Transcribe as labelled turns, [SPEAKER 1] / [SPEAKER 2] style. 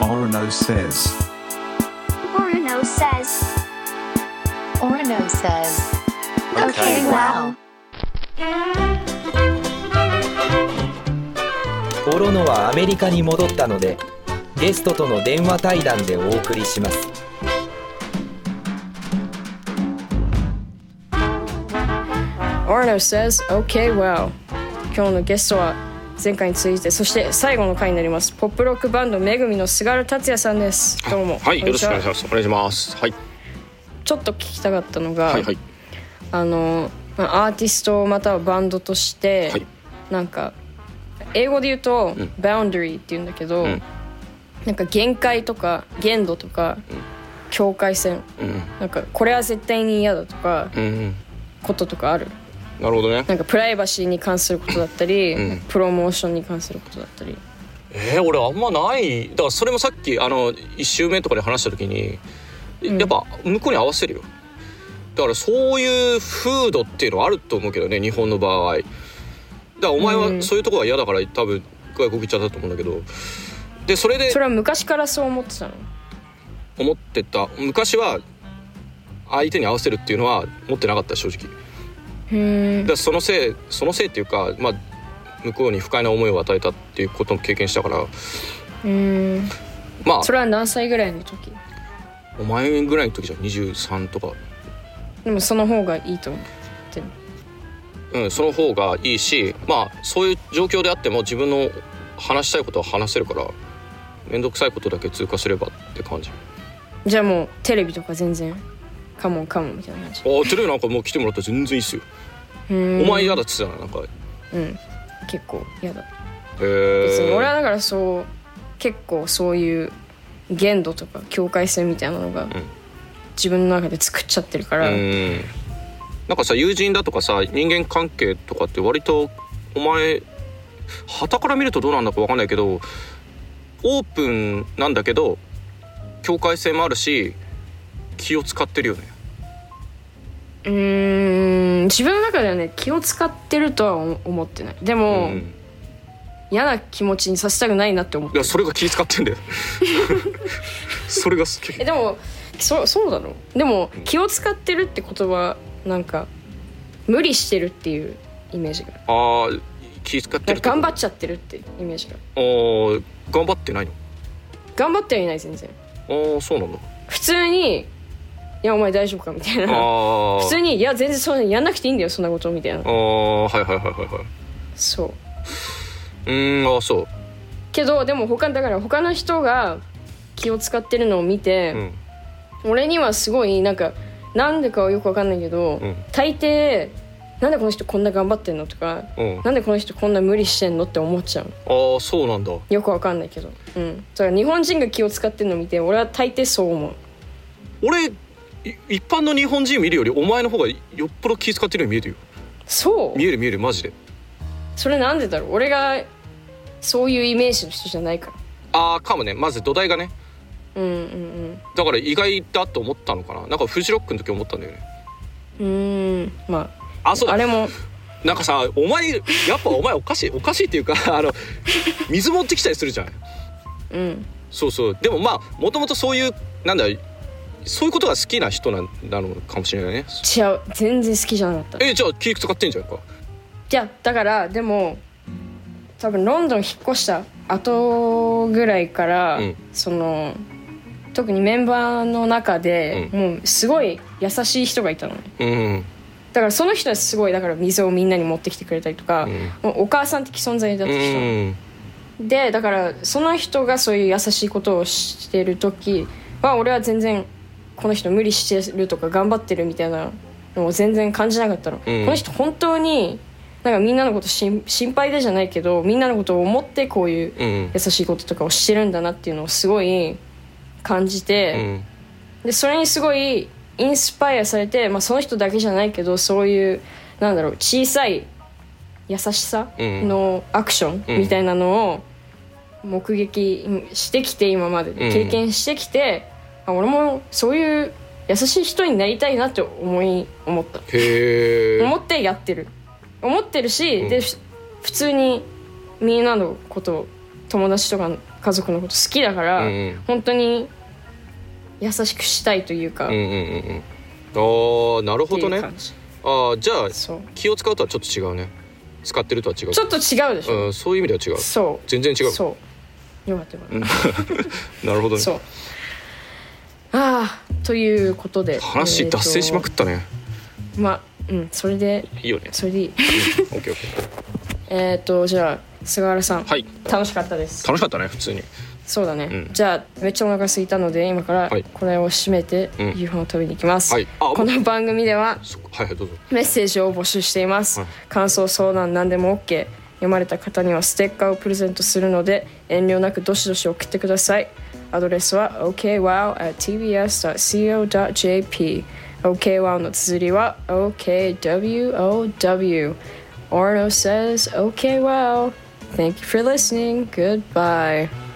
[SPEAKER 1] Orono says.
[SPEAKER 2] Orono says.
[SPEAKER 3] Orono says.
[SPEAKER 2] Okay, wow.
[SPEAKER 4] オロノはアメリカに戻ったのでゲストとの電話対談でお送りします
[SPEAKER 5] オーノ says OK wow 今日のゲストは前回に続いてそして最後の回になりますポップロックバンドめぐみの菅原達也さんですどうも
[SPEAKER 6] はい、
[SPEAKER 5] こん
[SPEAKER 6] よろ
[SPEAKER 5] に
[SPEAKER 6] し
[SPEAKER 5] ち
[SPEAKER 6] くお
[SPEAKER 5] は
[SPEAKER 6] 願いします。お願いします。はい、
[SPEAKER 5] ちょっと聞きたかったのが、
[SPEAKER 6] はい、はい。
[SPEAKER 5] あのまあアーティストまたはバンドとして、
[SPEAKER 6] はい
[SPEAKER 5] なんか英語で言うと「boundary」って言うんだけど、
[SPEAKER 6] ん
[SPEAKER 5] なんか限界とか限度とか、境界線
[SPEAKER 6] うん、
[SPEAKER 5] なんかこれは絶対に嫌だとか、
[SPEAKER 6] うん、
[SPEAKER 5] こととかある
[SPEAKER 6] なるほどね。
[SPEAKER 5] なんかプライバシーに関することだったり、
[SPEAKER 6] うん
[SPEAKER 5] プロモーションに関することだったり
[SPEAKER 6] えー、俺あんまない。だからそれもさっきあの一周目とかで話した時に、やっぱ向こうに合わせるよ。だからそういう風土っていうのはあると思うけどね、日本の場合。だからお前はそういうとこが嫌だから多分外国行っちゃったと思うんだけど。でそれで
[SPEAKER 5] それは昔からそう思ってたの
[SPEAKER 6] 思ってた昔は相手に合わせるっていうのは持ってなかった正直。
[SPEAKER 5] へ
[SPEAKER 6] だからそのせいそのせいっていうか、まあ、向こうに不快な思いを与えたっていうことも経験したから
[SPEAKER 5] え
[SPEAKER 6] まあ
[SPEAKER 5] それは何歳ぐらいの時
[SPEAKER 6] お前ぐらいの時じゃん23とか、
[SPEAKER 5] でもその方がいいと思ってる
[SPEAKER 6] うん、その方がいいしまあそういう状況であっても自分の話したいことは話せるから面倒くさいことだけ通過すればって感じ
[SPEAKER 5] じゃあもうテレビとか全然カモンカモンみたいな感じ
[SPEAKER 6] ああテレビなんかもう来てもらったら全然いいっすよ
[SPEAKER 5] お
[SPEAKER 6] お前嫌だっつってたななんかへ
[SPEAKER 5] うん結構嫌だ別に俺は
[SPEAKER 6] え
[SPEAKER 5] だからそう結構そういう限度とか境界線みたいなのが自分の中で作っちゃってるから、
[SPEAKER 6] うんなんかさ友人だとかさ人間関係とかって割とお前傍から見るとどうなんだかわかんないけどオープンなんだけど境界線もあるし気を使ってるよね
[SPEAKER 5] うーん自分の中ではね気を使ってるとは思思ってないで
[SPEAKER 6] う
[SPEAKER 5] も、
[SPEAKER 6] ん
[SPEAKER 5] 嫌な気持ちにさせたくないなって思っ
[SPEAKER 6] い
[SPEAKER 5] て
[SPEAKER 6] や
[SPEAKER 5] る
[SPEAKER 6] それが気使ってん だよそれがすげ
[SPEAKER 5] え
[SPEAKER 6] え
[SPEAKER 5] でもそそうだろでも気を使ってるって言葉なんか無理してるっていうイメージがある
[SPEAKER 6] あー気使って
[SPEAKER 5] なん
[SPEAKER 6] る
[SPEAKER 5] か頑張
[SPEAKER 6] っ
[SPEAKER 5] っちゃってるってイメージがある
[SPEAKER 6] お頑張ってないの
[SPEAKER 5] 頑張ってはいない全然
[SPEAKER 6] ああそうなんだ
[SPEAKER 5] 普通に「いやお前大丈夫か?」みたい
[SPEAKER 6] あ
[SPEAKER 5] な
[SPEAKER 6] ー
[SPEAKER 5] 普通に「いや全然そんなやんなくていいんだよそんなこと」みたいな
[SPEAKER 6] あーはいはいはいはいはい
[SPEAKER 5] そう
[SPEAKER 6] うーんああそ
[SPEAKER 5] けどでも他だから他の人が気を使ってるのを見て、
[SPEAKER 6] ううん
[SPEAKER 5] 俺にはすごいなんかなんでかはよくわかんないけど、
[SPEAKER 6] うん
[SPEAKER 5] 大抵なんでこの人こんな頑張ってんのとか
[SPEAKER 6] うんあ
[SPEAKER 5] なんでこの人こんな無理してんのって思っちゃう
[SPEAKER 6] あそうなんだ
[SPEAKER 5] よくわかんないけどうんだから日本人が気を使ってるの見て俺は大抵そう思う
[SPEAKER 6] 俺い一般の日本人見るよりお前の方がよっぽど気遣ってるように見えるよ
[SPEAKER 5] そう
[SPEAKER 6] 見える見えるマジで
[SPEAKER 5] それなんでだろう俺がそういうイメージの人じゃないか
[SPEAKER 6] ああかもねまず土台がね
[SPEAKER 5] らうんうん
[SPEAKER 6] だから意外だと思ったのかななんかフジロックの時思ったんだよね
[SPEAKER 5] うんうーんま
[SPEAKER 6] あそう
[SPEAKER 5] ああ
[SPEAKER 6] だ
[SPEAKER 5] れも
[SPEAKER 6] なんかさお前やっぱお前お かしいおかしいっていうかあの水持ってきたりするじゃん
[SPEAKER 5] うん
[SPEAKER 6] そうそうでもまあもともとそういうなんだそういうことが好きな人ななのかもしれないね
[SPEAKER 5] 違う全然好きじゃなかったい
[SPEAKER 6] えじゃあ気使ってんじゃんか
[SPEAKER 5] やだからでも多分ロンドン引っ越した後ぐらいから、
[SPEAKER 6] うん
[SPEAKER 5] その特にメンバーの中で、もうすごい優しい人がいたのね
[SPEAKER 6] うん
[SPEAKER 5] だからその人はすごいだから水をみんなに持ってきてくれたりとか、
[SPEAKER 6] うん
[SPEAKER 5] もうお母さん的存在だっ
[SPEAKER 6] う
[SPEAKER 5] た人、
[SPEAKER 6] ん
[SPEAKER 5] でだからその人がそういう優しいことをしてる時は俺は全然この人無理してるとか頑張ってるみたいなのを全然感じなかったの、
[SPEAKER 6] うん
[SPEAKER 5] この人本当になんかみんなのこと心心配でじゃないけどみんなのことを思ってこういう
[SPEAKER 6] うん
[SPEAKER 5] 優しいこととかをしてるんだなっていうのをすごい感じて。
[SPEAKER 6] うん
[SPEAKER 5] でそれにすごいインスパイアされて、まあ、その人だけじゃないけどそういうなんだろう小さい優しさのアクショ
[SPEAKER 6] う
[SPEAKER 5] ン
[SPEAKER 6] ん
[SPEAKER 5] みたいなのを目撃してきて今まで
[SPEAKER 6] うん
[SPEAKER 5] 経験してきて、あ俺もそういう優しい人になりたいなって思い思った
[SPEAKER 6] へえ
[SPEAKER 5] 思ってやってる思ってるし、
[SPEAKER 6] うん
[SPEAKER 5] でふ普通にみんなのこと友達とか家族のこと好きだから、
[SPEAKER 6] うんうん
[SPEAKER 5] 本当に優しくしたいというか、
[SPEAKER 6] うん
[SPEAKER 5] っ
[SPEAKER 6] うんうんうんああなる
[SPEAKER 5] て
[SPEAKER 6] ほ
[SPEAKER 5] い
[SPEAKER 6] どね
[SPEAKER 5] う
[SPEAKER 6] あ
[SPEAKER 5] 感じ
[SPEAKER 6] あーじゃあ
[SPEAKER 5] そう
[SPEAKER 6] 気を使うとはちょっと違うね使ってるとは違う
[SPEAKER 5] ちょっと違うでしょ、
[SPEAKER 6] うん、そういう意味では違う
[SPEAKER 5] そう
[SPEAKER 6] 全然違う
[SPEAKER 5] そうよかったよかっ
[SPEAKER 6] うんなるほど
[SPEAKER 5] た
[SPEAKER 6] ね
[SPEAKER 5] そうああということでえ
[SPEAKER 6] 話
[SPEAKER 5] ーと
[SPEAKER 6] 脱線しまくったね
[SPEAKER 5] まあうんそれで
[SPEAKER 6] いい よね
[SPEAKER 5] それでいい
[SPEAKER 6] オッケーオッケー
[SPEAKER 5] えっとじゃあ菅原さん、
[SPEAKER 6] はい
[SPEAKER 5] 楽しかったです
[SPEAKER 6] 楽しかったね普通に
[SPEAKER 5] そうだね、
[SPEAKER 6] うん
[SPEAKER 5] じゃあめっちゃお腹空いたので今から
[SPEAKER 6] はい
[SPEAKER 5] これを締めて
[SPEAKER 6] うん
[SPEAKER 5] 夕飯を食べに行きます、
[SPEAKER 6] はいあ
[SPEAKER 5] この番組では
[SPEAKER 6] そっかはいはいどうぞ
[SPEAKER 5] メッセージを募集しています、
[SPEAKER 6] はい
[SPEAKER 5] 感想相談何でも OK 読まれた方にはステッカーをプレゼントするので遠慮なくどしどし送ってくださいアドレスは okwow.tbs.co.jp okwow の綴りは okwow Orno says okwow thank you for listening goodbye